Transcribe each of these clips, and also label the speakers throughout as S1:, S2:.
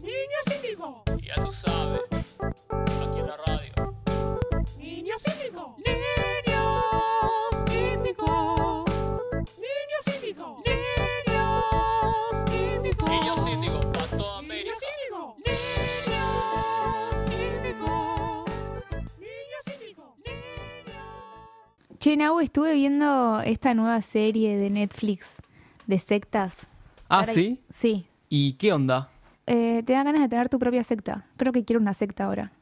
S1: Niños índigo,
S2: Ya tú sabes, aquí en la radio.
S1: niños índigo, niños índigo, niños índigo, niños índigo,
S2: Y yo sí digo, para toda América.
S1: niños índigo, niños índigo, niños índigo,
S3: Che, Nau, estuve viendo esta nueva serie de Netflix de sectas.
S4: Ah,
S3: Ahora-
S4: ¿sí?
S3: Sí.
S4: ¿Y qué onda?
S3: Eh, te da ganas de tener tu propia secta. Creo que quiero una secta ahora.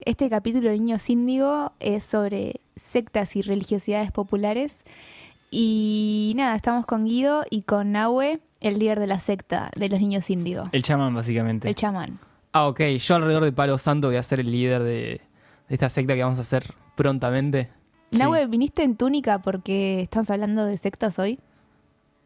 S3: Este capítulo de Niños Índigo es sobre sectas y religiosidades populares. Y nada, estamos con Guido y con Nahue, el líder de la secta de los Niños Índigo,
S4: El chamán, básicamente.
S3: el chamán.
S4: ah, ok. Yo alrededor de Palo Santo voy a ser el líder de, de esta secta que vamos a hacer prontamente. Sí.
S3: Nahue, viniste en túnica porque estamos hablando de sectas hoy.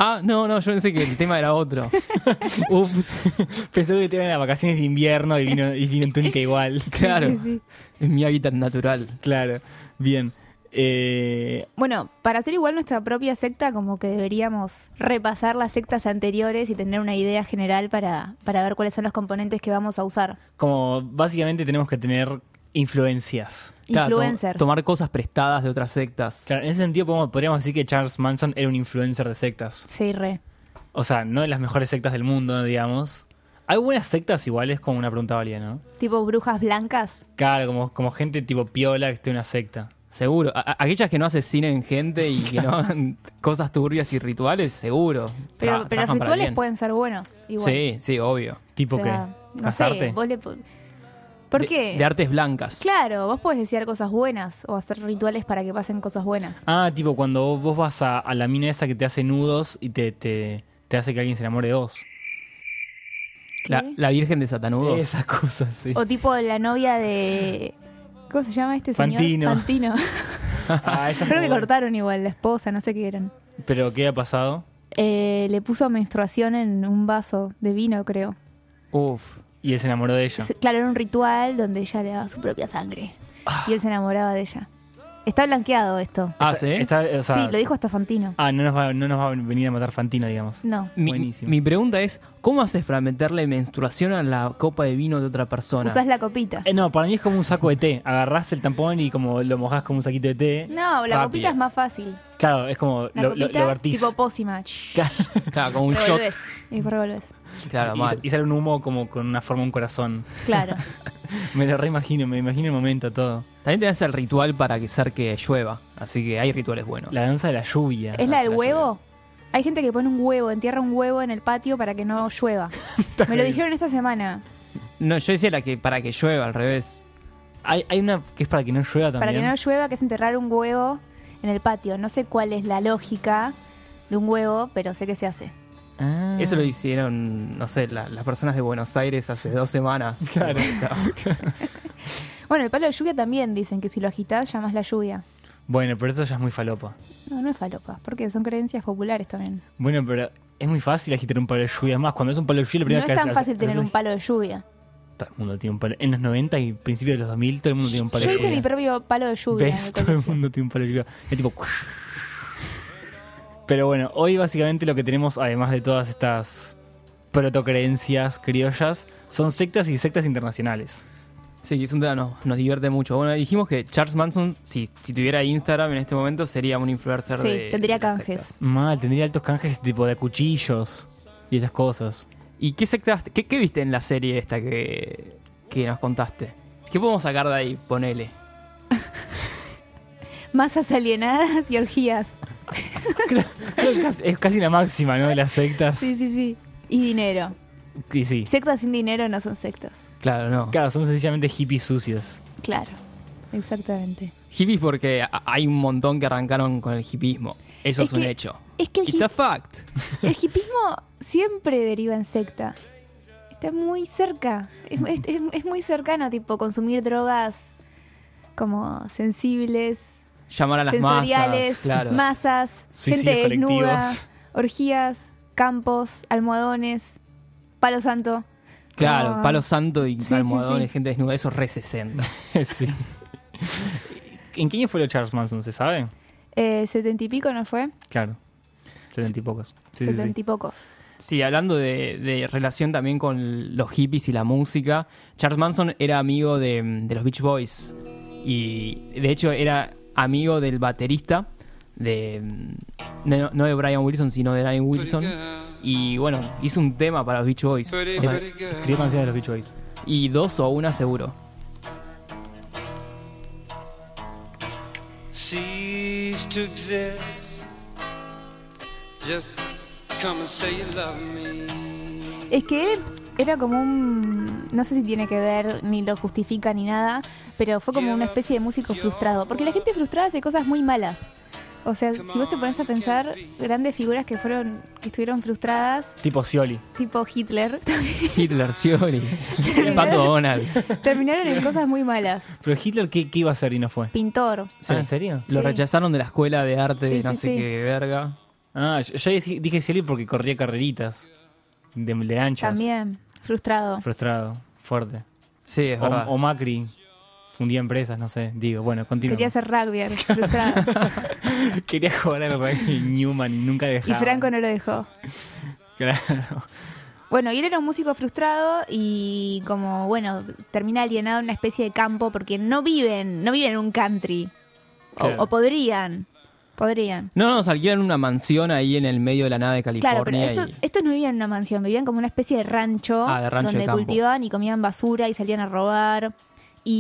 S4: Ah, no, no, yo pensé que el tema era otro. Ups. pensé que el tema era vacaciones de invierno y vino, y vino en túnica igual. Claro.
S3: Sí, sí.
S4: Es mi hábitat natural.
S5: Claro, bien. Eh,
S3: Bueno, para hacer igual nuestra propia secta, como que deberíamos repasar las sectas anteriores y tener una idea general para, para ver cuáles son los componentes que vamos a usar.
S5: como básicamente tenemos que tener influencias.
S4: Claro, to-
S3: Influencers.
S4: tomar cosas prestadas de otras sectas.
S5: Claro, en ese sentido podemos- podríamos decir que Charles Manson era un influencer de sectas.
S3: Sí, re.
S5: O sea, no de las mejores sectas del mundo, digamos. Hay buenas sectas iguales como una pregunta válida, ¿no?
S3: Tipo brujas blancas.
S5: Claro, como, como gente tipo piola que esté en una secta.
S4: Seguro. A- a- aquellas que no asesinen gente y que no hagan cosas turbias y rituales, seguro.
S3: Pero,
S4: Tra-
S3: pero los
S4: trabajan para
S3: rituales
S4: bien.
S3: pueden ser buenos. Igual.
S4: Sí, sí, obvio.
S5: Tipo
S3: O sea,
S5: que
S3: No sé,
S5: casarte.
S3: vos le po- ¿Por
S4: De-
S3: qué?
S4: De artes blancas.
S3: Claro, vos podés desear cosas buenas o hacer rituales para que pasen cosas buenas.
S5: Ah, tipo cuando vos, vos vas a, a la mina esa que te hace nudos y te, te, te hace que alguien se enamore de vos.
S4: La,
S3: ¿Qué?
S4: la Virgen de Satanudos.
S5: Esas cosas, sí.
S3: O tipo la novia de... ¿Cómo se llama este
S5: Fantino.
S3: señor? Fantino.
S5: Ah, esas
S3: Creo que
S5: muy buenas.
S3: cortaron igual la esposa, no sé qué eran.
S5: Pero ¿qué ha pasado?
S3: Eh, le puso menstruación en un vaso de vino, creo.
S4: Uf.
S5: Y él se enamoró de ella.
S3: Es- claro, era un ritual donde ella le daba su propia sangre.
S5: Ah.
S3: Y él se enamoraba de ella. Está blanqueado esto.
S4: Ah,
S5: Está-
S4: ¿sí?
S5: está- o sea,
S3: sí, lo dijo hasta Fantino.
S5: Ah, no nos, va, no nos va a venir a matar Fantino, digamos.
S3: No.
S4: Mi,
S5: Buenísimo.
S4: mi pregunta es, ¿cómo haces para meterle menstruación a la copa de vino de otra persona?
S3: Usás la copita.
S5: Eh, no, para mí es como un saco de té. Agarrás el tampón y como lo mojás como un saquito de té.
S3: No, la
S5: Rápido.
S3: copita es más fácil.
S5: Claro, es como
S3: La
S5: lo, lo,
S3: copita
S5: lo vertís.
S3: tipo pócima. Shh,
S5: Claro,
S4: Claro, con un shot.
S3: Revolvés. Y revolvés.
S4: Claro,
S5: y,
S4: mal.
S5: y sale un humo como con una forma, un corazón.
S3: Claro.
S5: Me lo reimagino, me imagino el momento todo.
S4: También tenés el ritual para que hacer que llueva. Así que hay rituales buenos.
S5: La danza de la lluvia.
S3: ¿Es la del
S4: la
S3: huevo? Hay gente que pone un huevo, entierra un huevo en el patio para que no llueva. Me lo dijeron esta semana.
S4: No, yo decía la que para que llueva, al revés.
S5: Hay, hay una que es para que no llueva también.
S3: Para que no llueva, que es enterrar un huevo en el patio. No sé cuál es la lógica de un huevo, pero sé que se hace.
S5: Ah.
S4: Eso lo hicieron, no sé, la- las personas de Buenos Aires hace dos semanas. Claro.
S3: Bueno, el palo de lluvia también dicen que si lo agitas llamas la lluvia.
S5: Bueno, pero eso ya es muy falopa.
S3: No, no es falopa, porque son creencias populares también.
S5: Bueno, pero es muy fácil agitar un palo de lluvia. Es más, cuando es un palo de lluvia, lo
S3: No
S5: primero
S3: es
S5: que
S3: tan
S5: haces-
S3: fácil tener
S5: haces-
S3: un palo de lluvia.
S5: Todo el mundo tiene un palo. En los 90 y principios de los 2000, todo el mundo tiene un palo
S3: Yo
S5: de
S3: hice
S5: lluvia.
S3: mi propio palo de lluvia. en el
S5: ¿Ves? Todo el
S3: colegio.
S5: mundo tiene un palo de lluvia. Es tipo. Pero bueno, hoy básicamente lo que tenemos, además de todas estas protocreencias criollas, son sectas y sectas internacionales.
S4: Sí, es un tema que nos, nos divierte mucho. Bueno, dijimos que Charles Manson, si, si tuviera Instagram en este momento, sería un influencer
S3: Sí,
S4: de-
S3: tendría
S4: de las
S3: canjes.
S4: sectas.
S5: Mal, tendría altos canjes tipo de cuchillos y esas cosas.
S4: ¿Y qué sectas, qué, qué viste en la serie esta que, que nos contaste? ¿Qué podemos sacar de ahí? Ponele.
S3: Masas alienadas y orgías.
S5: Creo que casi- es casi la máxima, ¿no? De las sectas.
S3: Sí, sí, sí. Y dinero.
S5: Y sí.
S3: Sectas sin dinero no son sectas.
S4: Claro, no.
S5: Claro, son sencillamente hippies sucios.
S3: Claro. exactamente.
S4: Hippies porque a- hay un montón que arrancaron con el hippismo. Eso es,
S3: Es
S4: un
S3: que-
S4: hecho.
S3: Es que el,
S4: It's
S3: hip-
S4: a fact.
S3: el hipismo siempre deriva en secta. Está muy cerca. Es, es- es- es muy cercano, tipo, consumir drogas como sensibles,
S4: Llamar a las
S3: sensoriales,
S4: masas, claro.
S3: masas,
S5: Suicidios
S3: gente desnuda,
S5: colectivos.
S3: orgías, campos, almohadones, palo santo.
S4: Claro,
S3: Como-
S4: palo santo y
S3: Sí, sí,
S4: almohadones,
S3: sí.
S4: gente desnuda, eso es re 60.
S5: sí. ¿En qué año fue lo de Charles Manson? ¿Se sabe?
S3: Eh, setenta y pico, ¿no fue?
S5: Claro. Setenta y pocos. Sí, sí, sí.
S3: setenta y pocos.
S4: Sí, hablando de, de relación también con los hippies y la música, Charles Manson era amigo de, de los Beach Boys. Y de hecho era amigo del baterista de. No, no de Brian Wilson, sino de Brian Wilson. Y bueno, hizo un tema para los Beach Boys.
S5: O sea, escribió canciones de los Beach Boys.
S4: Y dos o una seguro.
S6: cease to exist. Just come and say you love me.
S3: Es que él era como un. No sé si tiene que ver, ni lo justifica ni nada, pero fue como una especie de músico frustrado. Porque la gente frustrada hace cosas muy malas. O sea, si vos te pones a pensar, grandes figuras que fueron, que estuvieron frustradas,
S5: Tipo Scioli.
S3: tipo Hitler,
S4: Hitler, Scioli, Paco Donald.
S3: terminaron en cosas muy malas.
S5: Pero Hitler, ¿qué, qué iba a hacer y no fue?
S3: Pintor.
S4: Sí.
S5: Ah, ¿En serio?
S4: Lo
S3: Sí.
S4: rechazaron de la escuela de arte
S3: Sí,
S4: de no
S3: sí,
S4: sé
S3: sí.
S4: qué verga.
S5: Ah, yo, yo dije- dije Scioli porque corría carreritas de, de anchas.
S3: También. Frustrado.
S5: Frustrado, fuerte.
S4: Sí, es
S5: O,
S4: verdad.
S5: o Macri fundía empresas, no sé. Digo, bueno, continúa.
S3: Quería ser rugby, frustrado.
S5: Quería jugar al rugby Newman y nunca
S3: y
S5: dejaba.
S3: Franco no lo dejó.
S5: Claro.
S3: Bueno, y él era un músico frustrado y como, bueno, termina alienado en una especie de campo porque no viven, no viven en un country. O-
S5: Claro.
S3: O, podrían, podrían.
S4: No, nos alquilan una mansión ahí en el medio de la nada de California.
S3: Claro, pero estos,
S4: y-
S3: estos no vivían en una mansión, vivían como una especie de rancho,
S4: Ah, de rancho de
S3: donde
S4: campo.
S3: cultivaban y comían basura y salían a robar.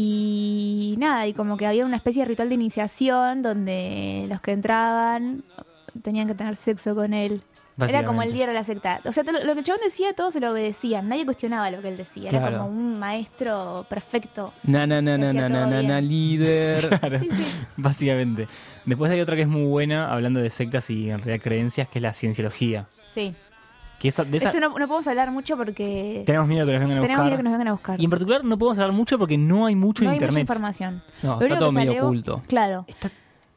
S3: Y nada, y como que había una especie de ritual de iniciación donde los que entraban tenían que tener sexo con él. Era como el
S5: Básicamente.
S3: líder de la secta. O sea, todo lo, lo que el chabón decía, todos se lo obedecían. Nadie cuestionaba lo que él decía. Era
S4: Claro.
S3: como un maestro perfecto.
S4: Na, na, na,
S3: que
S4: na,
S3: hacía
S4: na, na,
S3: todo
S4: na, na,
S3: bien.
S4: líder.
S3: Sí, sí.
S5: Básicamente. Después hay otra que es muy buena, hablando de sectas y en realidad creencias, que es la cienciología.
S3: sí.
S5: Que esa, de esa
S3: Esto no, no podemos hablar mucho porque
S5: tenemos miedo que nos vengan a
S3: tenemos miedo
S5: buscar.
S3: que nos vengan a buscar.
S5: Y en particular no podemos hablar mucho porque no hay mucho
S3: no
S5: en
S3: hay mucha
S5: internet.
S3: información.
S4: No,
S3: Lo único
S4: está todo
S3: que
S4: medio
S3: salió-
S4: oculto.
S3: Claro.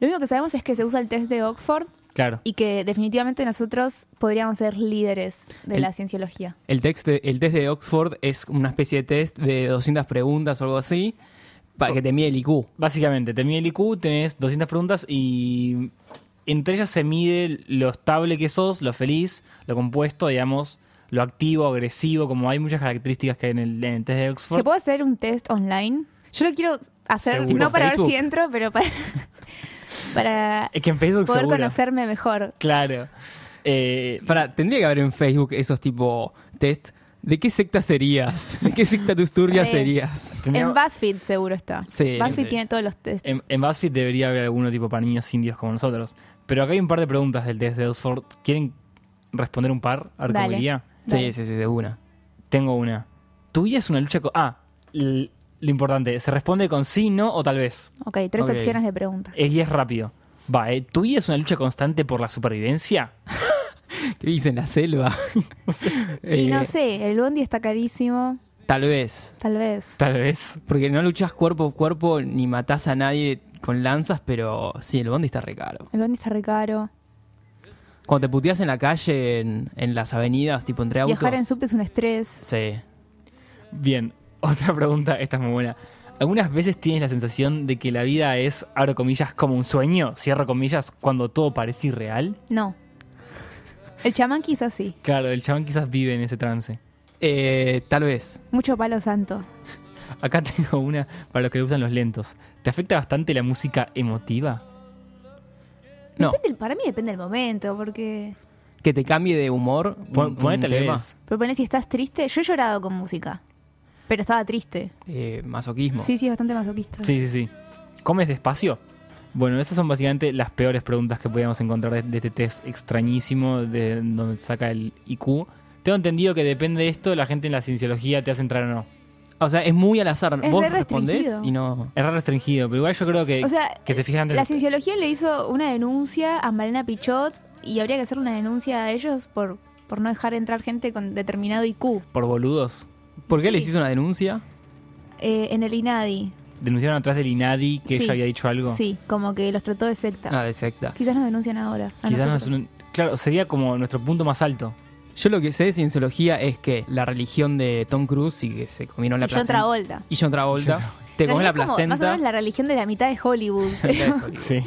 S3: Lo único que sabemos es que se usa el test de Oxford
S5: claro.
S3: y que definitivamente nosotros podríamos ser líderes de
S4: El-
S3: la cienciología.
S4: El, text de- el test de Oxford es una especie de test de 200 preguntas o algo así para que te mide el IQ.
S5: Básicamente, te mide el IQ, tenés 200 preguntas y entre ellas se mide lo estable que sos, lo feliz, lo compuesto, digamos, lo activo, agresivo, como hay muchas características que hay en el, en el test de Oxford.
S3: ¿Se puede hacer un test online? Yo lo quiero hacer,
S5: Seguro.
S3: no para
S4: Facebook.
S3: ver si entro, pero para, para
S5: Es que en Facebook
S3: poder
S5: seguro.
S3: conocerme mejor.
S5: Claro. Eh,
S4: Para, tendría que haber en Facebook esos tipo test. ¿De qué secta serías? ¿De qué secta tusturia
S3: Re.
S4: serías?
S5: tenía-
S3: En BuzzFeed seguro está.
S4: Sí,
S3: BuzzFeed
S4: sí.
S3: tiene todos los tests.
S5: en, en BuzzFeed debería haber alguno tipo para niños indios como nosotros. Pero acá hay un par de preguntas del test de Oxford. ¿Quieren responder un par? A ver cómo
S3: Dale.
S5: iría.
S4: Sí, sí, sí, de una.
S5: Tengo una. ¿Tu vida es una lucha con... Ah, l- lo importante. ¿Se responde con sí, no o tal vez?
S3: Ok, tres
S4: Ok.
S3: opciones de pregunta.
S5: Es y es rápido. Va, eh, ¿tu vida es una lucha constante por la supervivencia?
S4: ¿Qué dicen? ¿La selva?
S3: y
S4: Eh,
S3: no sé, el bondi está carísimo,
S4: Tal vez.
S3: tal vez.
S5: Tal vez.
S4: Porque no luchás cuerpo a cuerpo ni matás a nadie con lanzas, pero sí, el bondi está re caro.
S3: El bondi está re caro.
S4: Cuando te puteás en la calle, en, en las avenidas, tipo entre autos.
S3: Viajar en subte es un estrés.
S4: Sí.
S5: Bien, otra pregunta, esta es muy buena. ¿Algunas veces tienes la sensación de que la vida es, abro comillas, como un sueño, cierro comillas, cuando todo parece irreal?
S3: No. El chamán quizás sí.
S5: Claro, el chabón quizás vive en ese trance.
S4: Eh, tal vez.
S3: Mucho palo santo.
S5: Acá tengo una para los que le gustan los lentos. ¿Te afecta bastante la música emotiva?
S4: No,
S3: Depende, el- para mí depende del momento, porque...
S4: que te cambie de humor.
S5: Pon-
S4: un-
S5: poné
S4: un
S5: tal
S4: tema.
S5: vez.
S3: Pero ponele, si estás triste, yo he llorado con música. Pero estaba triste.
S4: Eh, masoquismo.
S3: Sí, sí, es bastante masoquista.
S5: Sí, sí, sí. ¿Comes despacio? Bueno, esas son básicamente las peores preguntas que podíamos encontrar de, de este test extrañísimo de donde te saca el IQ. Tengo entendido que depende de esto, la gente en la cienciología te hace entrar o no.
S4: Ah, o sea, es muy al azar.
S3: Es
S4: Vos
S3: re
S4: respondés
S3: restringido.
S4: y no.
S5: Es re restringido, pero igual yo creo que,
S3: O sea,
S5: que se fijan antes.
S3: la cienciología le hizo una denuncia a Malena Pichot y habría que hacer una denuncia a ellos por, por no dejar entrar gente con determinado IQ
S5: Por boludos.
S4: ¿Por qué le
S3: Sí.
S4: hiciste una denuncia?
S3: eh, en el INADI.
S5: Denunciaron atrás del INADI que
S3: Sí.
S5: ella había dicho algo.
S3: Sí, como que los trató de secta.
S4: Ah, de secta.
S3: Quizás nos denuncian ahora. a
S5: Quizás no es
S3: nosotros.
S5: un- Claro, sería como nuestro punto más alto.
S4: Yo lo que sé de cienciología es que la religión de Tom Cruise y que se comieron la
S3: Y John
S4: placenta.
S3: Travolta.
S4: Y John Travolta. Te
S3: En
S4: comes
S3: realidad es
S4: la
S3: como Más o
S4: placenta.
S3: menos la religión de la mitad de Hollywood.
S5: Sí.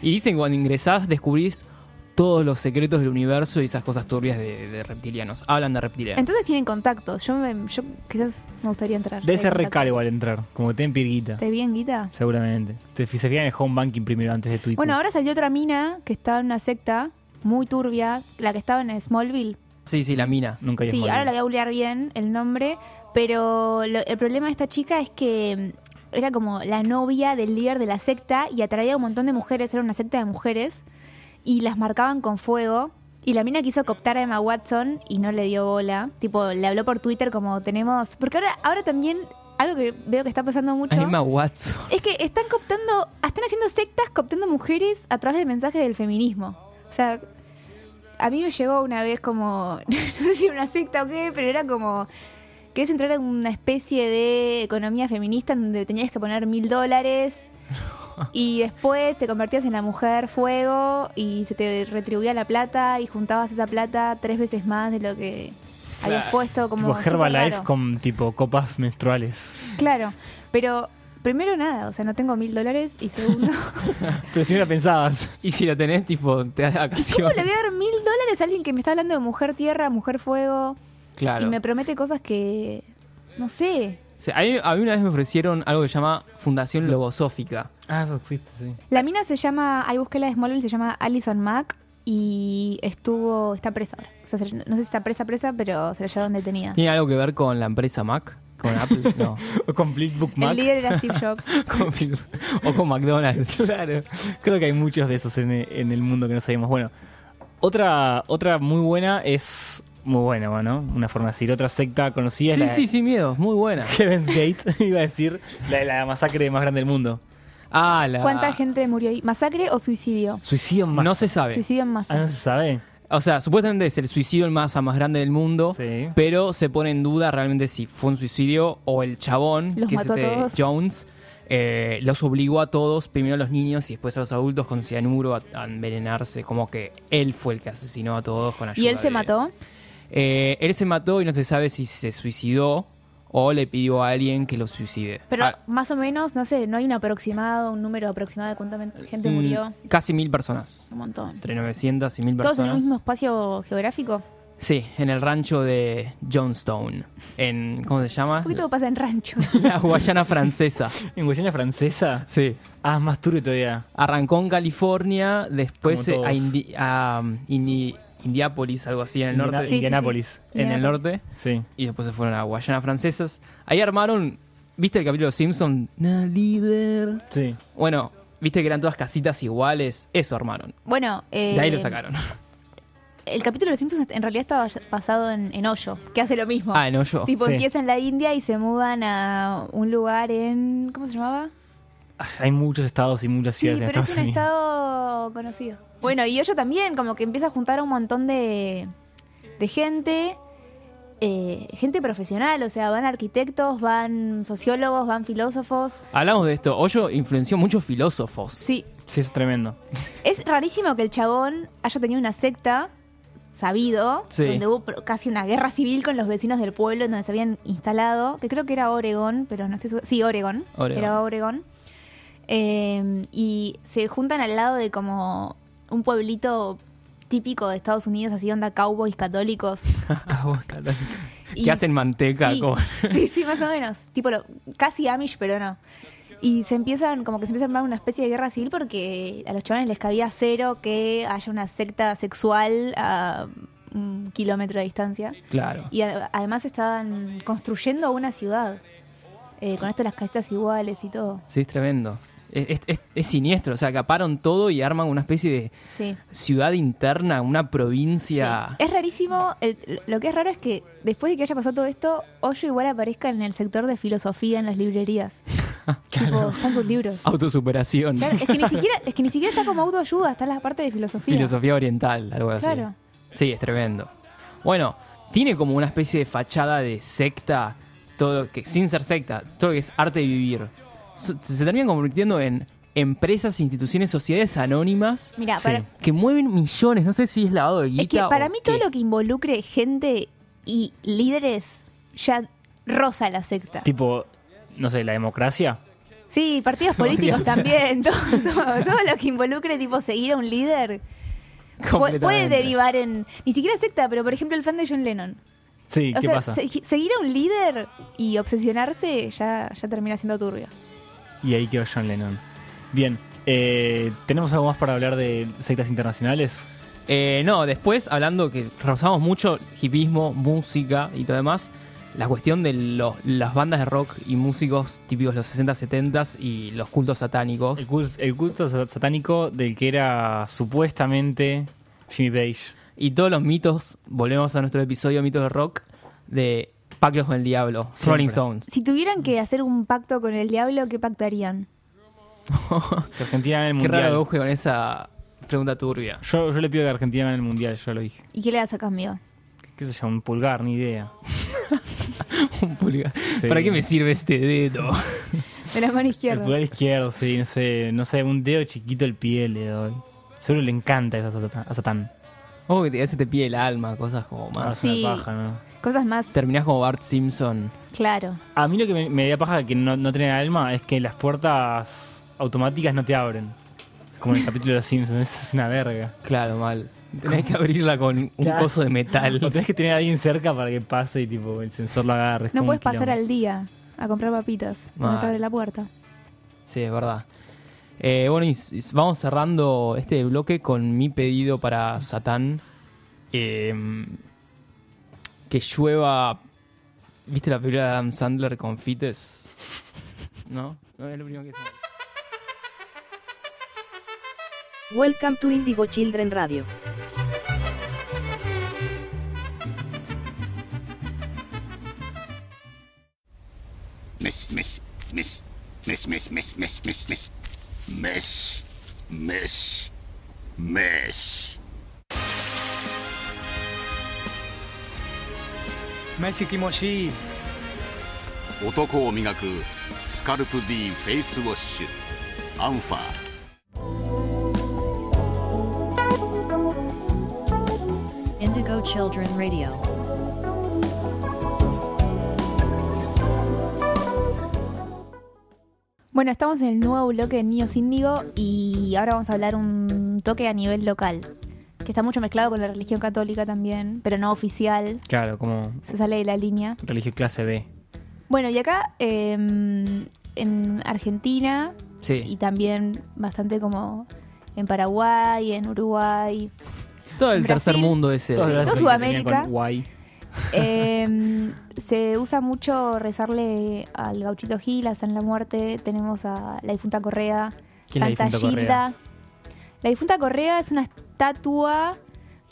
S4: y dicen que cuando ingresás descubrís todos los secretos del universo y esas cosas turbias de, de reptilianos. Hablan de reptilianos.
S3: Entonces tienen contactos. Yo, me- yo quizás me gustaría entrar.
S5: De
S3: Hay
S5: ese recal
S3: contactos.
S5: igual entrar. Como que te pirguita.
S3: ¿Te bien, Guita?
S5: Seguramente. Te fi- se fijan en el home banking primero antes de Twitter.
S3: Bueno, ahora salió otra mina que estaba en una secta muy turbia, la que estaba en Smallville.
S4: Sí, sí, la mina.
S5: Nunca hay
S3: Sí,
S5: Smallville.
S3: ahora la voy a googlear bien el nombre, pero lo- el problema de esta chica es que mm, era como la novia del líder de la secta y atraía a un montón de mujeres, era una secta de mujeres, y las marcaban con fuego. Y la mina quiso cooptar a Emma Watson y no le dio bola. Tipo, le habló por Twitter como tenemos... Porque ahora, ahora también, algo que veo que está pasando mucho...
S4: Emma Watson.
S3: Es que están cooptando, están haciendo sectas cooptando mujeres a través de mensajes del feminismo. O sea, a mí me llegó una vez como, no sé si era una secta o qué, pero era como, querés entrar en una especie de economía feminista en donde tenías que poner mil dólares y después te convertías en la mujer fuego y se te retribuía la plata y juntabas esa plata tres veces más de lo que habías
S5: Claro.
S3: puesto como...
S5: Tipo
S3: súper
S5: Herbalife
S3: raro.
S5: con tipo copas menstruales.
S3: Claro, pero primero nada, o sea, no tengo mil dólares y segundo,
S5: Pero si no la pensabas.
S4: Y si la tenés, tipo, te das
S3: ¿y cómo
S4: vacaciones.
S3: le voy a dar mil dólares a alguien que me está hablando de mujer tierra, mujer fuego
S4: Claro.
S3: y me promete cosas que no sé?
S4: O sea, a, mí, a mí una vez me ofrecieron algo que se llama Fundación Lobosófica.
S5: Ah, eso existe, sí.
S3: La mina se llama, hay búsqueda de Smallville, se llama Alison Mack y estuvo, está presa ahora. O sea, se- no sé si está presa presa, pero se la llevaron detenida.
S4: ¿Tiene algo que ver con la empresa Mac? ¿Con Apple? No.
S5: O Complete Book
S3: El
S5: Mac.
S3: líder era Steve Jobs.
S4: Con- o con McDonald's.
S5: Claro. Creo que hay muchos de esos en, e, en el mundo que no sabemos. Bueno, otra, otra muy buena es. Muy buena, bueno, una forma de decir. Otra secta conocida
S4: Sí,
S5: es la
S4: sí, sin miedo. Muy buena.
S5: Heaven's Gate, iba a decir, la de la masacre más grande del mundo.
S4: Ah, la...
S3: ¿Cuánta gente murió ahí? ¿Masacre o suicidio?
S5: Suicidio más.
S4: No se sabe.
S3: Suicidio en masa.
S5: Ah, no se sabe.
S4: O sea, supuestamente es el suicidio en masa más grande del mundo,
S5: Sí.
S4: pero se pone en duda realmente si fue un suicidio o el chabón,
S3: Los
S4: que es
S3: mató a
S4: este
S3: todos.
S4: Jones, eh, los obligó a todos, primero a los niños y después a los adultos con cianuro a, a envenenarse, como que él fue el que asesinó a todos con ayuda
S3: ¿Y él se
S4: de-
S3: mató?
S4: Eh, él se mató y no se sabe si se suicidó o le pidió a alguien que lo suicide.
S3: Pero
S4: Ah,
S3: más o menos, no sé, no hay un aproximado, un número aproximado de cuánta men- gente
S4: mm,
S3: murió.
S4: Casi mil personas.
S3: Un montón.
S4: Entre 900 y mil personas.
S3: ¿Todos en el mismo espacio geográfico?
S4: Sí, en el rancho de Johnstone. En, ¿Cómo se llama?
S3: ¿Por qué todo pasa en rancho?
S4: La Guayana francesa.
S5: En Guyana Francesa.
S4: Sí.
S5: Ah, es más turbio todavía.
S4: Arrancó en California, después eh,
S5: Como
S4: a,
S5: todos.
S4: Indi- a, um, Indi- Indiápolis, algo así, en el norte.
S5: Indiana-
S3: Sí, sí, sí.
S5: Indianápolis.
S4: En el norte.
S5: Sí.
S4: Y después se fueron a Guayana francesas. Ahí armaron, ¿viste el capítulo de Simpson? Na líder.
S5: Sí.
S4: Bueno, ¿viste que eran todas casitas iguales? Eso armaron.
S3: Bueno, eh,
S4: De ahí lo sacaron.
S3: El capítulo de los Simpsons en realidad estaba basado en, en Hoyo, que hace lo mismo.
S4: Ah, no, yo.
S3: Tipo,
S5: Sí.
S3: empieza en la India y se mudan a un lugar en. ¿Cómo se llamaba?
S5: Ah, Hay muchos estados y muchas
S3: Sí,
S5: ciudades en
S3: pero
S5: Estados
S3: es un
S5: Unidos.
S3: estado conocido. Bueno, y Hoyo también, como que empieza a juntar a un montón de, de gente, eh, gente profesional, o sea, van arquitectos, van sociólogos, van filósofos.
S4: Hablamos de esto. Hoyo influenció muchos filósofos.
S3: Sí,
S5: Sí, eso es tremendo.
S3: es rarísimo que el chabón haya tenido una secta sabido,
S4: Sí.
S3: donde hubo pro- casi una guerra civil con los vecinos del pueblo en donde se habían instalado, que creo que era Oregón, pero no estoy segura. Sí, Oregón.
S4: Oregón.
S3: Era Oregón. Eh, y se juntan al lado de como un pueblito típico de Estados Unidos, así onda cowboys católicos.
S4: Que hacen manteca
S3: Sí,
S4: con-
S3: sí, sí, más o menos. Tipo, lo- casi Amish, pero no. Y se empiezan, como que se empieza a armar una especie de guerra civil porque a los chavales les cabía cero que haya una secta sexual a un kilómetro de distancia.
S4: Claro.
S3: Y a- además estaban construyendo una ciudad. eh, con esto de las casitas iguales y todo.
S4: Sí, es tremendo. Es, es- es- es siniestro, o sea, acaparon todo y arman una especie de
S3: Sí.
S4: ciudad interna, una provincia.
S3: Es rarísimo. el- lo que es raro es que después de que haya pasado todo esto, Hoyo igual aparezca en el sector de filosofía en las librerías. Tipo, están sus libros.
S4: Autosuperación,
S3: Claro, es que ni siquiera, es que ni siquiera está como autoayuda, está en la parte de filosofía.
S4: filosofía oriental, algo así.
S3: Claro.
S4: Sí, es tremendo. Bueno, tiene como una especie de fachada de secta, todo lo que sin ser secta, todo lo que es arte de vivir. Su- Se terminan convirtiendo en empresas, instituciones, sociedades anónimas
S3: Mirá,
S4: sí,
S3: para-
S4: que mueven millones, no sé si es lavado de guita
S3: es que para
S4: o
S3: mí todo
S4: qué.
S3: lo que involucre gente y líderes ya rosa la secta.
S5: Tipo, no sé, la democracia.
S3: Sí, partidos políticos también, todo, todo- todo lo que involucre tipo seguir a un líder pu- puede
S4: Completamente.
S3: derivar en, ni siquiera secta, pero por ejemplo el fan de John Lennon.
S5: Sí,
S3: O
S5: ¿qué
S3: sea,
S5: pasa?
S3: se- seguir a un líder y obsesionarse ya, ya termina siendo turbio.
S5: Y ahí quedó John Lennon. Bien, eh, ¿tenemos algo más para hablar de sectas internacionales?
S4: Eh, no, después hablando que rozamos mucho hipismo, música y todo demás, la cuestión de los- las bandas de rock y músicos típicos de los 60, 70 y los cultos satánicos.
S5: El culto, el culto sa- satánico del que era supuestamente Jimmy Page.
S4: Y todos los mitos, volvemos a nuestro episodio Mitos de Rock, de Pactos con el Diablo,
S5: Siempre.
S4: Rolling Stones.
S3: Si tuvieran que hacer un pacto con el diablo, ¿qué pactarían?
S5: Que Argentina gane el
S4: Qué raro
S5: mundial.
S4: auge con esa pregunta turbia.
S5: Yo, yo le pido que Argentina gane el mundial, ya lo dije.
S3: ¿Y qué le das a cambio?
S5: ¿Qué, qué sé yo? Un pulgar, ni idea.
S4: Un pulgar.
S5: Sí.
S4: ¿Para qué me sirve este dedo?
S3: De la mano
S5: El
S3: izquierda.
S5: pulgar izquierdo, sí, no sé, no sé, un dedo chiquito el pie le doy. Seguro le encanta eso a Satán- a Satán.
S4: Oh, que te, ese te pide el alma, cosas como más.
S5: Hace una
S3: Sí.
S5: paja, ¿no?
S3: Cosas más
S4: Terminás como Bart Simpson.
S3: claro.
S5: A mí lo que me, me da paja que no, no tiene alma es que las puertas automáticas no te abren. Como en el capítulo de los Simpsons, eso es una verga.
S4: Claro, mal. Tenés que abrirla con un
S5: Claro.
S4: coso de metal.
S5: Lo tenés que tener a alguien cerca para que pase y tipo el sensor lo agarre. es
S3: No
S5: como
S3: puedes
S5: un
S3: pasar
S5: quilombo. Ah.
S3: al día a comprar papitas. No te
S4: Mal.
S3: abre la puerta.
S4: Sí, es verdad. Eh, bueno, y s- y s- vamos cerrando este bloque con mi pedido para Satán. Eh, que llueva. ¿Viste la película de Adam Sandler con Fites? ¿No? No es lo primero que se me-
S7: Welcome to Indigo Children Radio.
S8: Miss, miss, miss, miss, miss, miss, miss, miss, miss, miss, miss, miss.
S4: Kimoshi.
S8: 男を磨くスカルプ D フェイスウォッシュアンファー
S7: Indigo Children Radio.
S3: Bueno, estamos en el nuevo bloque de Niños Índigo y ahora vamos a hablar un toque a nivel local, que está mucho mezclado con la religión católica también, pero no oficial,
S5: Claro, como
S3: se sale de la línea.
S5: religión clase B.
S3: Bueno, y acá em, en Argentina y
S4: Sí.
S3: también bastante como en Paraguay, en Uruguay,
S4: Todo el
S3: Brasil.
S4: tercer mundo ese.
S3: Todo-
S5: Todas las
S3: todo
S5: que terminan
S3: Sudamérica.
S5: con guay.
S3: Em, se usa mucho rezarle al gauchito Gil, a San La Muerte, tenemos a la difunta Correa,
S5: ¿Quién es la
S3: Santa
S5: difunta Correa?
S3: Gilda. La difunta Correa es una estatua,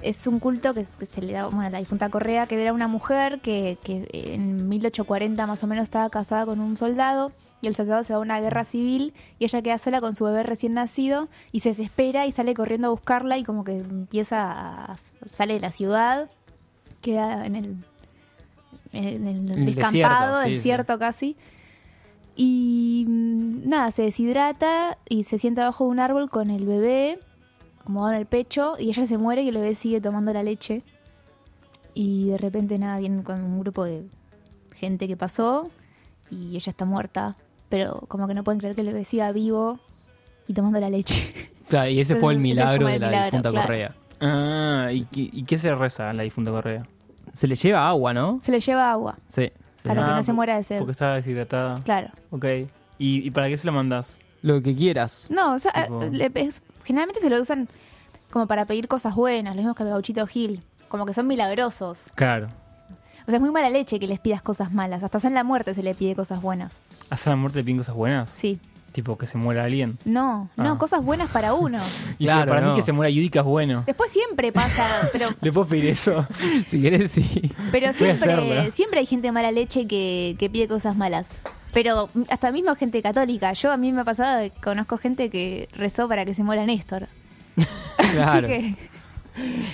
S3: es un culto que, que se le da, bueno, a la difunta Correa, que era una mujer que, que en 1840 más o menos estaba casada con un soldado. Y el soldado se va a una guerra civil y ella queda sola con su bebé recién nacido y se desespera y sale corriendo a buscarla y como que empieza a, sale de la ciudad queda en el, en el
S4: El
S3: descampado,
S4: desierto, sí,
S3: desierto casi. Y mm, nada, se deshidrata y se sienta bajo un árbol con el bebé, como en el pecho, y ella se muere y el bebé sigue tomando la leche. Y de repente nada, vienen con un grupo de gente que pasó y ella está muerta, pero como que no pueden creer que el bebé siga vivo y tomando la leche.
S4: Claro, y ese fue el
S3: Ese es como
S4: milagro
S3: el
S4: de la
S3: milagro,
S4: difunta
S3: claro.
S4: Correa.
S5: Ah, ¿y, qué- y qué se reza a la difunta Correa?
S4: Se le lleva agua, ¿no?
S3: Se le lleva agua
S4: Sí. Se
S3: para
S4: le-
S3: que
S5: Ah,
S3: no se muera de sed.
S5: Porque estaba deshidratada.
S3: Claro.
S5: Ok. ¿Y, y para qué se la mandas?
S4: Lo que quieras.
S3: No, o sea,
S5: Tipo-
S3: eh, le- es- generalmente se lo usan como para pedir cosas buenas, lo mismo que el gauchito Gil. Como que son milagrosos.
S5: Claro.
S3: O sea, es muy mala leche que les pidas cosas malas. Hasta en la muerte se le pide cosas buenas.
S5: ¿Hacer la muerte de pingos es buenas?
S3: Sí.
S5: Tipo, que se muera alguien.
S3: No, no,
S5: Ah.
S3: cosas buenas para uno.
S5: Y
S4: Claro,
S5: que para
S4: no.
S5: mí que se muera Yudica es bueno.
S3: Después siempre pasa, pero,
S5: ¿Le puedo pedir eso?
S4: Si querés, sí.
S3: pero
S5: Voy a
S3: siempre,
S5: hacerlo.
S3: siempre hay gente mala leche que, que pide cosas malas. Pero hasta mismo gente católica. Yo a mí me ha pasado que conozco gente que rezó para que se muera Néstor. Así
S4: Claro.
S3: que,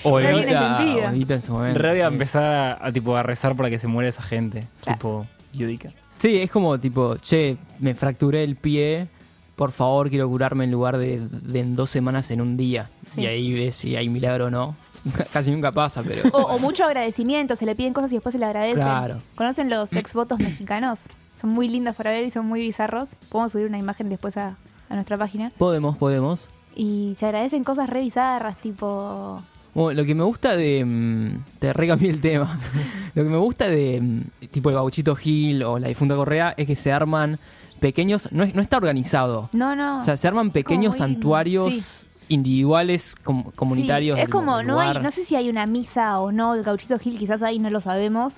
S4: O
S3: No tiene
S4: Evita,
S3: sentido.
S4: o Evita en su momento.
S5: Re voy a
S4: sí.
S5: empezar a, a, tipo, a rezar para que se muera esa gente.
S3: Claro.
S5: Tipo, Yudica.
S4: Sí, es como tipo, che, me fracturé el pie, por favor quiero curarme en lugar de, de en dos semanas en un día.
S3: Sí.
S4: Y ahí ves si hay milagro o no. Casi nunca pasa, pero...
S3: o, o mucho agradecimiento, se le piden cosas y después se le agradecen.
S4: Claro.
S3: ¿Conocen los exvotos mexicanos? Son muy lindos para ver y son muy bizarros. Podemos subir una imagen después a, a nuestra página.
S4: Podemos, podemos.
S3: Y se agradecen cosas re bizarras, tipo...
S4: Bueno, lo que me gusta de... mm, Te recambié el tema. lo que me gusta de mm, tipo el gauchito Gil o la difunta Correa es que se arman pequeños... No, es- no está organizado.
S3: No, no.
S4: O sea, se arman pequeños
S3: muy-
S4: santuarios
S3: Ah, sí.
S4: individuales, com- comunitarios.
S3: Sí, es
S4: del
S3: como, no hay,
S4: lugar.
S3: no sé si hay una misa o no, el Gauchito Gil quizás ahí no lo sabemos,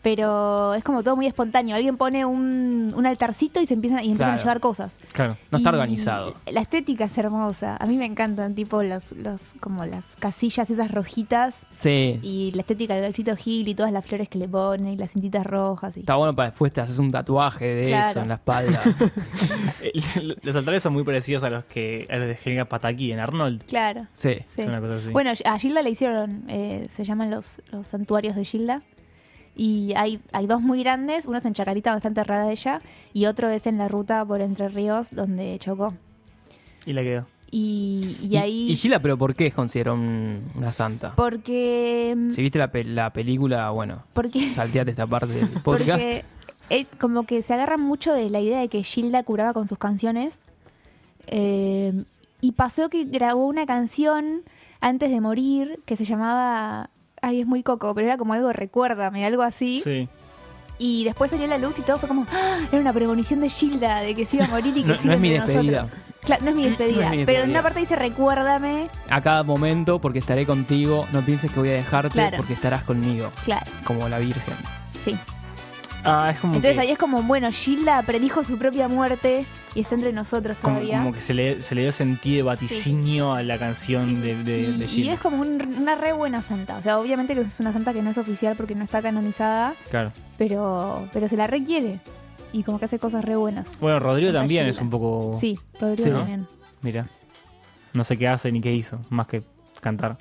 S3: pero es como todo muy espontáneo. Alguien pone un, un altarcito y se empiezan, y empiezan a
S4: Claro.
S3: llevar cosas.
S5: Claro.
S4: No está
S3: Y
S4: organizado.
S3: La estética es hermosa. A mí me encantan, tipo, los, los, como las casillas esas rojitas
S4: Sí.
S3: y la estética del Gauchito Gil y todas las flores que le ponen y las cintitas rojas. Y...
S4: Está bueno para después te haces un tatuaje de
S3: Claro.
S4: eso en la espalda.
S5: Eh, Los altares son muy parecidos a los que a los de Helga Pataki en Arnold.
S3: Claro.
S4: sí.
S3: Sí.
S5: Es una cosa así.
S3: Bueno, a Gilda le hicieron, eh, se llaman los, los santuarios de Gilda. Y hay, hay dos muy grandes, uno es en Chacarita, donde está enterrada ella, y otro es en la ruta por Entre Ríos, donde chocó.
S5: Y la quedó.
S3: Y, y ahí...
S4: Y Gila, pero ¿por qué es considerada un- una santa?
S3: porque...
S4: Si viste la, pe- la película, bueno,
S3: Porque...
S4: salteate esta parte del podcast.
S3: Porque eh, como que se agarran mucho de la idea de que Gilda curaba con sus canciones. Eh, y pasó que grabó una canción antes de morir que se llamaba... Ay, es muy coco, pero era como algo recuérdame, algo así.
S5: Sí.
S3: Y después salió la luz y todo fue como, ¡Ah! era una premonición de Gilda de que se iba a morir y que
S4: No-
S3: se
S4: no
S3: iba
S4: es mi
S3: entre nosotros.
S4: despedida.
S3: Claro, no es mi despedida.
S4: mi
S3: Pero en
S4: despedida.
S3: una parte dice, recuérdame.
S4: A cada momento, porque estaré contigo, no pienses que voy a dejarte,
S3: Claro.
S4: porque estarás conmigo,
S3: Claro,
S4: como la Virgen.
S3: sí.
S5: Ah, es como
S3: Entonces
S5: que,
S3: ahí es como, bueno, Gilda predijo su propia muerte y está entre nosotros
S5: como,
S3: todavía.
S5: como que se le, se le dio sentido de vaticinio a la canción
S3: Sí, sí.
S5: de, de,
S3: y,
S5: de
S3: y
S5: Gilda.
S3: es como un- una re buena santa. O sea, obviamente que es una santa que no es oficial porque no está canonizada,
S5: Claro.
S3: pero, pero se la requiere. Y como que hace cosas re buenas.
S5: Bueno, Rodrigo
S3: Una
S5: también es
S3: Gilda.
S5: un poco.
S3: Sí, Rodrigo
S5: Sí, ¿no?
S3: también.
S5: Mira. No sé qué hace ni qué hizo, más que cantar.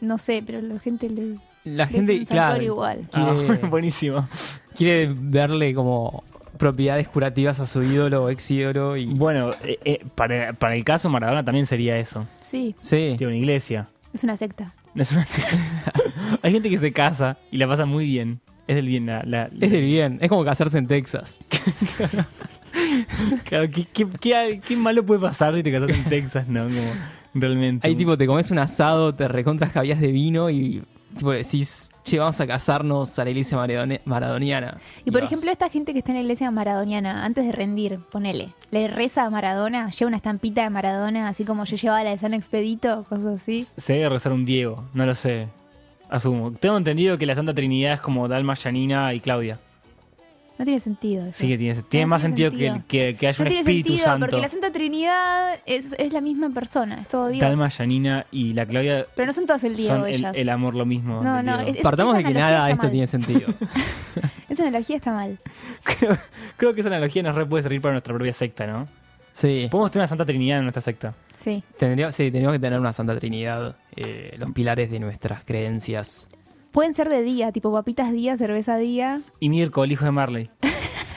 S3: No sé, pero la gente le...
S4: La
S3: Es
S4: gente,
S3: un
S4: claro,
S3: santuario igual.
S4: Quiere,
S5: Ah, buenísimo.
S4: quiere verle como propiedades curativas a su ídolo o ex ídolo. Y...
S5: Bueno, eh, eh, para, para el caso Maradona también sería eso.
S3: Sí,
S4: sí.
S5: Tiene una iglesia.
S3: es una secta.
S5: No es una secta. Hay gente que se casa y la pasa muy bien. Es del bien la. la-
S4: Es de bien, es como casarse en Texas.
S5: Claro, ¿qué, qué, qué- qué malo puede pasar si te casas en Texas, no? Como, realmente.
S4: Ahí tipo te comes un asado, te recontras cavías de vino y tipo decís, che, vamos a casarnos a la iglesia maradone- maradoniana.
S3: Y por
S4: vas.
S3: ejemplo, esta gente que está en la iglesia maradoniana, antes de rendir, ponele, le reza a Maradona, lleva una estampita de Maradona, así como yo llevaba la de San Expedito, cosas así.
S5: Se debe rezar un Diego, no lo sé. Asumo. Tengo entendido que la Santa Trinidad es como Dalma, Yanina y Claudia.
S3: No tiene sentido eso.
S5: Sí que tiene, tiene
S3: No
S5: más
S3: Ah, tiene
S5: sentido,
S3: sentido.
S5: que, que, que haya
S3: no
S5: un
S3: tiene
S5: Espíritu
S3: sentido,
S5: Santo.
S3: porque la Santa Trinidad es, es la misma persona, es todo Dios.
S5: Dalma, Yanina y la Claudia
S3: Pero no son todas el Diego
S5: son el,
S3: ellas.
S5: el amor lo mismo.
S3: No,
S5: del
S3: no,
S5: Diego.
S3: es-
S4: Partamos
S3: esa
S4: de que
S3: analogía
S4: nada
S3: está
S4: esto
S3: mal.
S4: tiene sentido.
S3: Esa analogía está mal.
S5: creo, creo que esa analogía nos re puede servir para nuestra propia secta, ¿no?
S4: Sí.
S5: Podemos tener una Santa Trinidad en nuestra secta.
S3: Sí.
S4: Tendría, sí, tenemos que tener una Santa Trinidad, eh, los pilares de nuestras creencias.
S3: Pueden ser de día, tipo papitas día, cerveza día.
S5: Y Mirko, el hijo de Marley.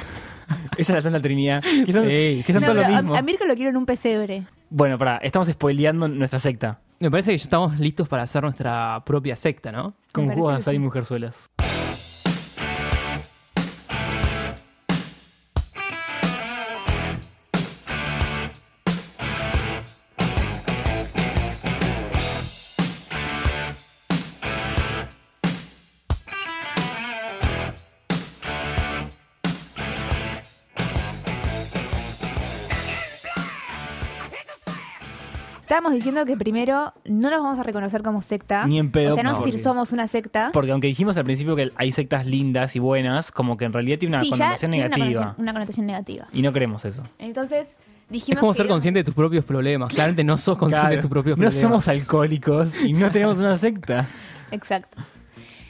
S5: Esa es la Santa Trinidad. Que son,
S4: Sí,
S5: que son
S4: sí.
S5: todo lo
S3: pero a-
S5: mismo.
S3: a, Mirko lo quiero en un pesebre.
S5: Bueno, pará, estamos spoileando nuestra secta.
S4: Me parece que ya estamos listos para hacer nuestra propia secta, ¿no?
S5: Con
S3: parece
S5: juegos de
S3: que
S5: azar y
S3: sí.
S5: mujerzuelas.
S3: Estábamos diciendo que primero no nos vamos a reconocer como secta.
S5: Ni en pedo,
S3: O sea, no vamos a decir
S5: porque-
S3: somos una secta.
S5: Porque aunque dijimos al principio que hay sectas lindas y buenas, como que en realidad tiene una
S3: Sí, ya
S5: connotación
S3: tiene una
S5: negativa.
S3: conotación- Una connotación, negativa.
S5: Y no queremos eso.
S3: Entonces, dijimos
S4: Es como
S3: que
S4: ser
S3: íbamos-
S4: consciente de tus propios problemas. Claramente no sos consciente
S5: Claro,
S4: de tus propios
S5: no
S4: problemas.
S5: somos alcohólicos y no tenemos una secta.
S3: Exacto.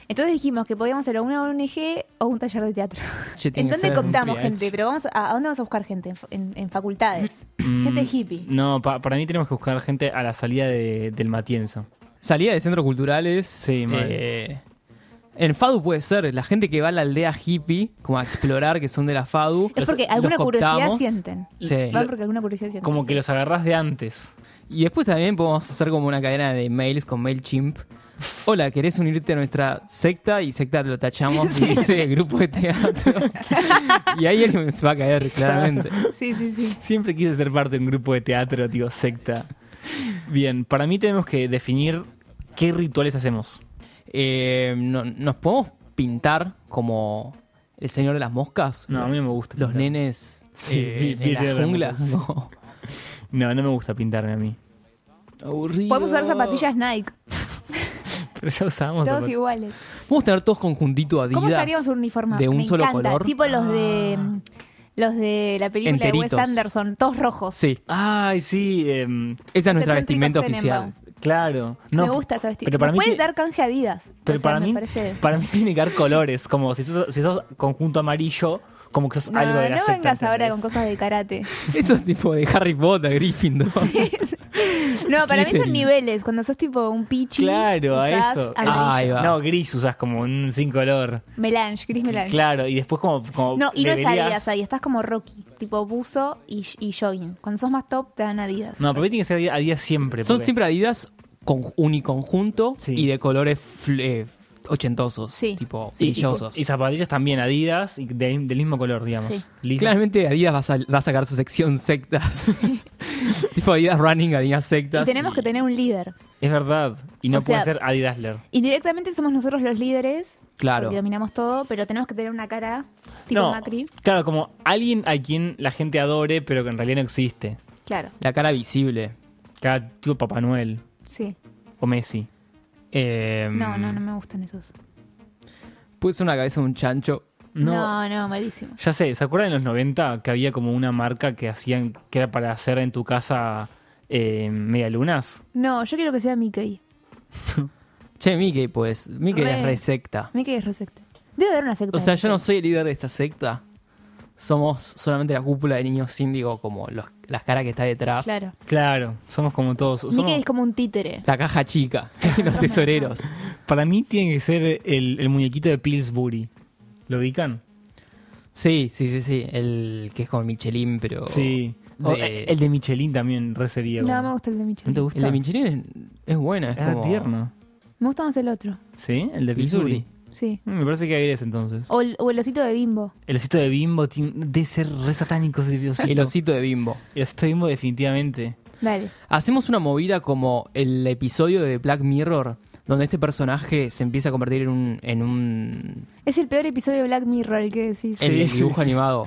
S3: Entonces dijimos que podíamos hacer o una ONG o un taller de teatro.
S4: Che, tiene
S3: ¿En
S4: que
S3: dónde
S4: ser un
S3: cooptamos
S4: PH.
S3: gente? Pero vamos a, ¿a dónde vamos a buscar gente? En, fa- en- en facultades.
S5: Mm.
S3: gente hippie.
S5: No, pa- para mí tenemos que buscar gente a la salida de- del Matienzo.
S4: Salida de centros culturales.
S5: Sí, mal.
S4: eh, en FADU puede ser, la gente que va a la aldea hippie, como a explorar, que son de la FADU.
S3: Es porque
S4: los-
S3: alguna
S4: los
S3: curiosidad
S4: cooptamos.
S3: sienten.
S4: Sí.
S3: Van porque alguna curiosidad sienten.
S5: Como que
S3: sí.
S5: los agarrás de antes.
S4: Y después también podemos hacer como una cadena de mails con MailChimp. Hola, ¿querés unirte a nuestra secta? Y secta lo tachamos y dice grupo de teatro. y ahí él se va a caer, claramente.
S3: Sí, sí, sí.
S5: Siempre quise ser parte de un grupo de teatro, digo, secta. Bien, para mí tenemos que definir qué rituales hacemos.
S4: Eh, no- ¿Nos podemos pintar como el señor de las moscas?
S5: No, a mí no me gusta.
S4: Los
S5: pintar.
S4: nenes
S5: Sí,
S4: eh,
S5: vi- vi
S4: en
S5: ese
S4: la jungla. No.
S5: No, no me gusta pintarme a mí.
S4: Aburrido.
S3: Podemos usar zapatillas Nike.
S5: Pero ya usábamos.
S3: Todos
S5: zapat-
S3: iguales.
S4: Podemos tener todos conjuntito Adidas.
S3: ¿Cómo estaríamos uniformados?
S4: De un
S3: Me
S4: solo
S3: encanta.
S4: color.
S3: Tipo los de
S5: Ah.
S3: los de la película de
S4: Enteritos.
S3: Wes Anderson, todos rojos.
S4: Sí,
S5: Ay, sí, em,
S4: esa es
S3: Los
S4: nuestra vestimenta
S3: excéntricos
S4: oficial.
S3: Tenenbaums.
S5: claro. No,
S3: me gusta esa vestimenta.
S5: Pero para
S3: ¿Me
S5: mí
S3: puedes
S5: ti-
S3: dar canje a Adidas. O
S5: Pero
S3: sea,
S5: para,
S3: me
S5: mí,
S3: parece-
S5: para mí tiene que dar colores. Como si sos, si sos conjunto amarillo, como que sos
S3: No,
S5: algo de la
S3: no
S5: secta,
S3: vengas ahora con
S5: ¿entendés?
S3: cosas de karate.
S4: Eso es tipo de Harry Potter, Gryffindor.
S3: No, para mí son
S4: Slytherin.
S3: niveles. Cuando sos tipo un pichi.
S5: Claro, a
S3: usás
S5: eso.
S3: amarillo.
S4: Ahí va.
S5: No, gris usas como un sin color.
S3: Melange, gris melange.
S5: Claro, y después como. como
S3: No, y no es
S5: levelías-
S3: Adidas ahí, estás como Rocky, tipo buzo y, y jogging. Cuando sos más top te dan Adidas.
S5: No, para mí tiene que ser Adidas- Adidas siempre.
S4: Son
S5: porque-
S4: siempre Adidas con uniconjunto
S5: Sí.
S4: y de colores fl- eh, ochentosos,
S3: Sí.
S4: tipo
S5: Y, y-
S4: brillosos.
S5: y zapatillas también, Adidas, y de- del mismo color, digamos.
S3: Sí.
S5: Lisas.
S4: Claramente Adidas va a, sal- va a sacar su sección sectas. tipo Adidas Running, Adidas Sectas.
S3: y tenemos que tener un líder.
S5: Es verdad. Y no
S3: O
S5: puede
S3: sea-
S5: ser Adidasler.
S3: Indirectamente somos nosotros los líderes.
S4: Claro.
S3: Porque dominamos todo, pero tenemos que tener una cara tipo
S5: no,
S3: Macri.
S5: Claro, como alguien a quien la gente adore, pero que en realidad no existe.
S3: Claro,
S4: La cara visible.
S5: Cada tipo Papá Noel
S3: sí.
S5: o Messi. Em,
S4: Eh,
S3: No,
S5: Mm.
S3: no, no me gustan esos.
S4: Puede ser una cabeza de un chancho.
S3: No, no, malísimo.
S5: Ya sé, ¿se acuerdan en los 90 que había como una marca que hacían, que era para hacer en tu casa eh, medialunas?
S3: No, yo quiero que sea Mickey.
S4: Che, Mickey, pues. Mickey
S3: Re.
S4: es re secta.
S3: Mickey es resecta. Debe haber una secta.
S4: O sea,
S3: de
S4: yo no
S3: Mickey.
S4: soy el líder de esta secta. Somos solamente la cúpula de niños síndigo, como los, las caras que está detrás.
S3: Claro.
S5: Claro, somos como todos. somos-
S3: Mickey es como un títere.
S4: La caja chica y los tesoreros.
S5: Para mí tiene que ser el, el muñequito de Pillsbury. ¿Lo ubican?
S4: Sí, sí, sí, sí. El que es como Michelin, pero.
S5: Sí.
S4: Oh. de-
S5: O, eh, el de Michelin también re sería
S3: No,
S5: como-
S3: me gusta el de Mickey.
S5: ¿No te
S4: El
S5: gusta?
S4: de Michelin es, es buena. Es
S5: Era
S4: como-
S5: tierno.
S3: Me gusta más el otro.
S5: ¿Sí? El de Pillsbury.
S4: Pillsbury.
S3: Sí.
S5: Mm, Me parece que hay ese entonces.
S3: O el, o el osito de bimbo.
S5: El osito de Bimbo tiene- debe ser re satánico ese osito.
S4: El osito de bimbo.
S5: El osito de Bimbo definitivamente.
S3: Dale.
S4: Hacemos una movida como el episodio de Black Mirror, donde este personaje se empieza a convertir en un. En un
S3: Es el peor episodio de Black Mirror el que decís.
S4: en el dibujo animado.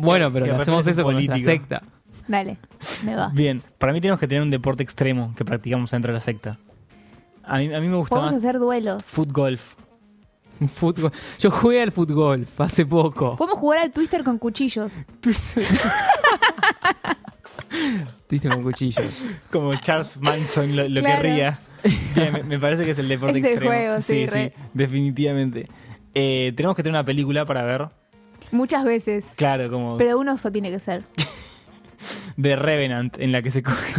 S4: Bueno, pero
S5: Que
S4: le hacemos
S5: referencia
S4: eso con nuestra
S5: política.
S4: secta.
S3: Dale. Me va.
S5: Bien, para mí tenemos que tener un deporte extremo que practicamos dentro de la secta. A mí, a mí me gusta
S3: Podemos
S5: más
S3: hacer duelos.
S5: foot golf.
S4: Fútbol. Yo jugué al fútbol hace poco.
S3: Podemos jugar al twister con cuchillos.
S4: Tuviste con cuchillos.
S5: Como Charles Manson lo, lo
S3: Claro.
S5: querría. Bien, me, me parece que es el deporte
S3: Es el
S5: extremo.
S3: juego, sí,
S5: sí,
S3: re.
S5: definitivamente. Eh, tenemos que tener una película para ver.
S3: Muchas veces.
S5: Claro, como
S3: Pero un oso tiene que ser.
S5: de Revenant en la que se coge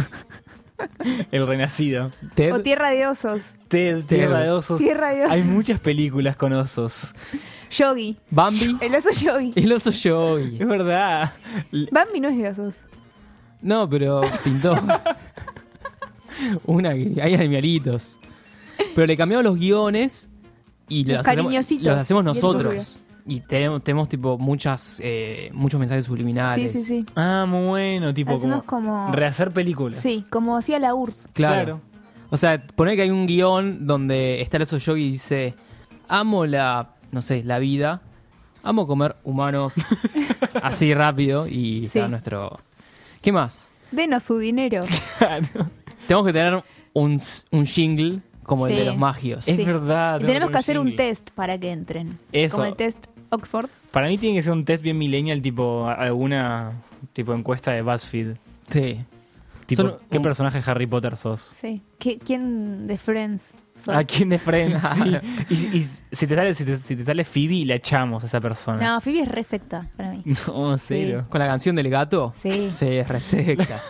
S5: el renacido.
S4: Ted,
S3: O tierra de osos.
S5: Ted, Tierra de osos.
S3: Tierra de osos.
S5: Hay muchas películas con osos.
S3: Yogi.
S4: Bambi,
S3: El oso Yogi.
S4: el oso Joey.
S5: Es verdad.
S3: Bambi no es de osos.
S4: No, pero pintó. Una que hay animalitos. Pero le cambiamos los guiones y
S3: Los
S4: los, hacemos,
S3: cariñositos.
S4: los hacemos
S3: Y el
S4: nosotros.
S3: turbio.
S4: Y tenemos, tenemos tipo muchas eh, muchos mensajes
S3: Sí,
S4: subliminales.
S3: sí, sí.
S5: Ah, muy bueno, tipo
S3: Hacemos como-
S5: rehacer películas.
S3: Sí, como hacía la URSS.
S4: Claro.
S5: Claro.
S4: O sea, poner que hay un guión donde está el oso yogi y dice, amo la, no sé, la vida, amo comer humanos así rápido y
S3: Sí.
S4: está nuestro... ¿Qué más?
S5: Ah,
S3: Denos su dinero.
S5: Claro.
S4: Tenemos que tener un, s- un jingle como el
S3: Sí.
S4: de los magios.
S5: Es
S3: Sí.
S5: verdad.
S3: Y
S5: tengo
S3: tenemos que
S5: poner
S3: hacer un
S5: jingle.
S3: test para que entren.
S5: Eso.
S3: Como el test Oxford.
S5: Para mí tiene que ser un test bien millennial, tipo a- alguna tipo encuesta de BuzzFeed.
S4: Sí.
S5: Tipo,
S4: Son-
S5: ¿qué
S4: un-
S5: personaje de Harry Potter sos?
S3: Sí. ¿Qué- ¿Quién de Friends sos?
S5: ¿A Ah, quién de Friends? Sí. Y, y si, te sale, si, te, si te sale Phoebe, la echamos a esa persona.
S3: No, Phoebe es re secta para mí.
S5: No, cero.
S4: Con la canción del gato.
S3: Sí.
S4: Se reseca.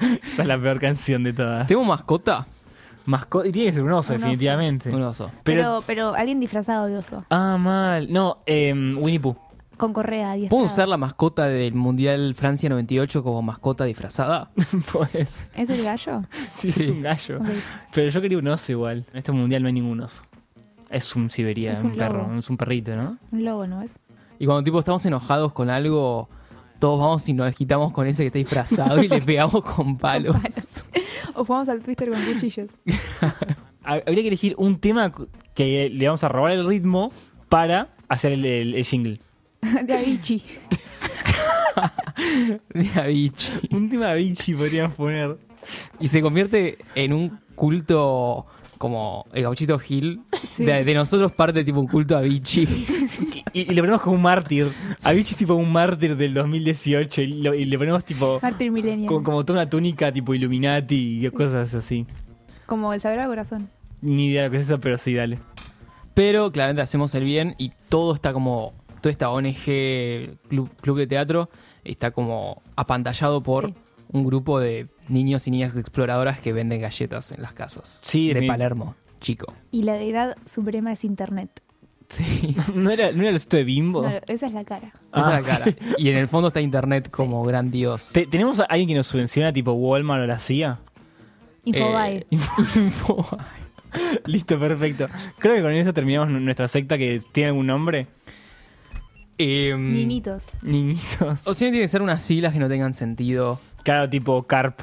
S5: Esa es la peor canción de todas.
S4: ¿Tengo mascota?
S5: Masco- y tiene que ser un oso,
S3: Un oso.
S5: definitivamente.
S4: Un oso.
S5: Pero,
S3: Pero, pero, alguien disfrazado de oso.
S5: Ah, mal. No, em, Winnie Pooh.
S3: Con correa y
S4: ¿Puedo usar la mascota del Mundial Francia 98 como mascota disfrazada?
S5: pues.
S3: ¿Es el gallo?
S5: Sí, es un gallo.
S3: Ok.
S5: Pero yo quería un oso igual. En este mundial no hay ningún oso. Es un siberia,
S3: Es
S5: un,
S3: un
S5: perro,
S3: lobo.
S5: es un perrito, ¿no?
S3: Un lobo, ¿no es?
S4: Y cuando tipo estamos enojados con algo, todos vamos y nos quitamos con ese que está disfrazado y le pegamos con palos.
S3: O jugamos al twister con cuchillos.
S5: Ha- Habría que elegir un tema que le vamos a robar el ritmo para hacer el, el- el jingle.
S3: De Avicii.
S4: De Avicii.
S5: un tema de Vinci podríamos poner.
S4: Y se convierte en un culto como el gauchito Gil.
S3: Sí.
S4: De, de nosotros parte tipo un culto a Avicii.
S5: Y, y le ponemos como un mártir. A Vinci es tipo un mártir del 2018. Y, lo- y le ponemos tipo.
S3: Mártir Millennial.
S5: Con, como toda una túnica tipo Illuminati y cosas así.
S3: Como el Sagrado Corazón.
S5: Ni idea de lo que es eso, pero sí, dale.
S4: Pero claramente hacemos el bien y todo está como. Toda esta ONG, club, club de teatro, está como apantallado por
S3: Sí.
S4: un grupo de niños y niñas exploradoras que venden galletas en las casas.
S5: Sí,
S4: de
S5: defini-
S4: Palermo, chico.
S3: Y la deidad suprema es Internet.
S4: Sí.
S5: ¿No era, no era el sitio de Bimbo?
S3: No, esa es la cara.
S4: Esa
S5: Ah.
S4: es la cara. Y en el fondo está internet como gran dios.
S5: Te- ¿Tenemos a alguien que nos subvenciona tipo Walmart o la CIA?
S3: Infobae.
S4: Eh,
S5: Info- Listo, perfecto. Creo que con eso terminamos nu- nuestra secta que tiene algún nombre.
S4: Em,
S3: Niñitos.
S5: Niñitos.
S4: O si no tiene que ser unas siglas que no tengan sentido.
S5: Claro, tipo Carp.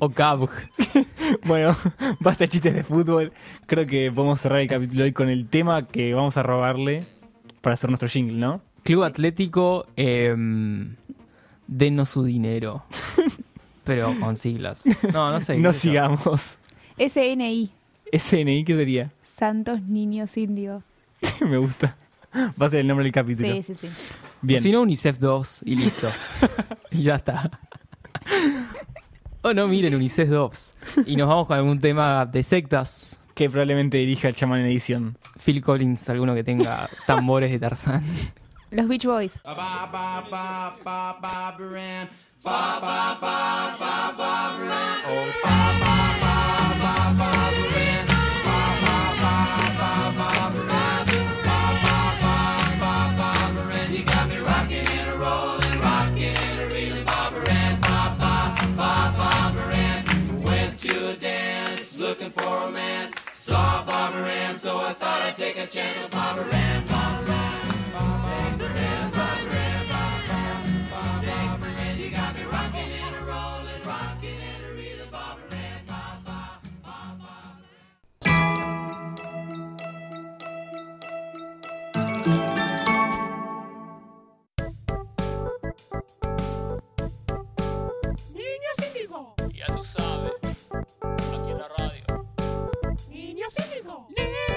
S4: O CABG.
S5: Bueno, basta de chistes de fútbol. Creo que podemos cerrar el capítulo hoy con el tema que vamos a robarle para hacer nuestro jingle, ¿no?
S4: Club Atlético, em, denos su dinero. Pero con siglas. No, no sé.
S5: no
S4: qué sé yo.
S5: sigamos.
S3: SNI.
S5: SNI, ¿qué sería?
S3: Santos Niños Indio.
S5: Me gusta. Va a ser el nombre del capítulo.
S3: Sí, sí, sí.
S5: Bien.
S4: Si no, UNICEF 2 y listo. y ya está. O no, miren, UNICEF 2. Y nos vamos con algún tema de sectas.
S5: Que probablemente dirija el chamán en edición.
S4: Phil Collins, alguno que tenga tambores de Tarzán.
S3: Los Beach Boys.
S1: Niños Índigo,
S2: Ya tú sabes, aquí en la radio.
S1: Niños Índigo, Niños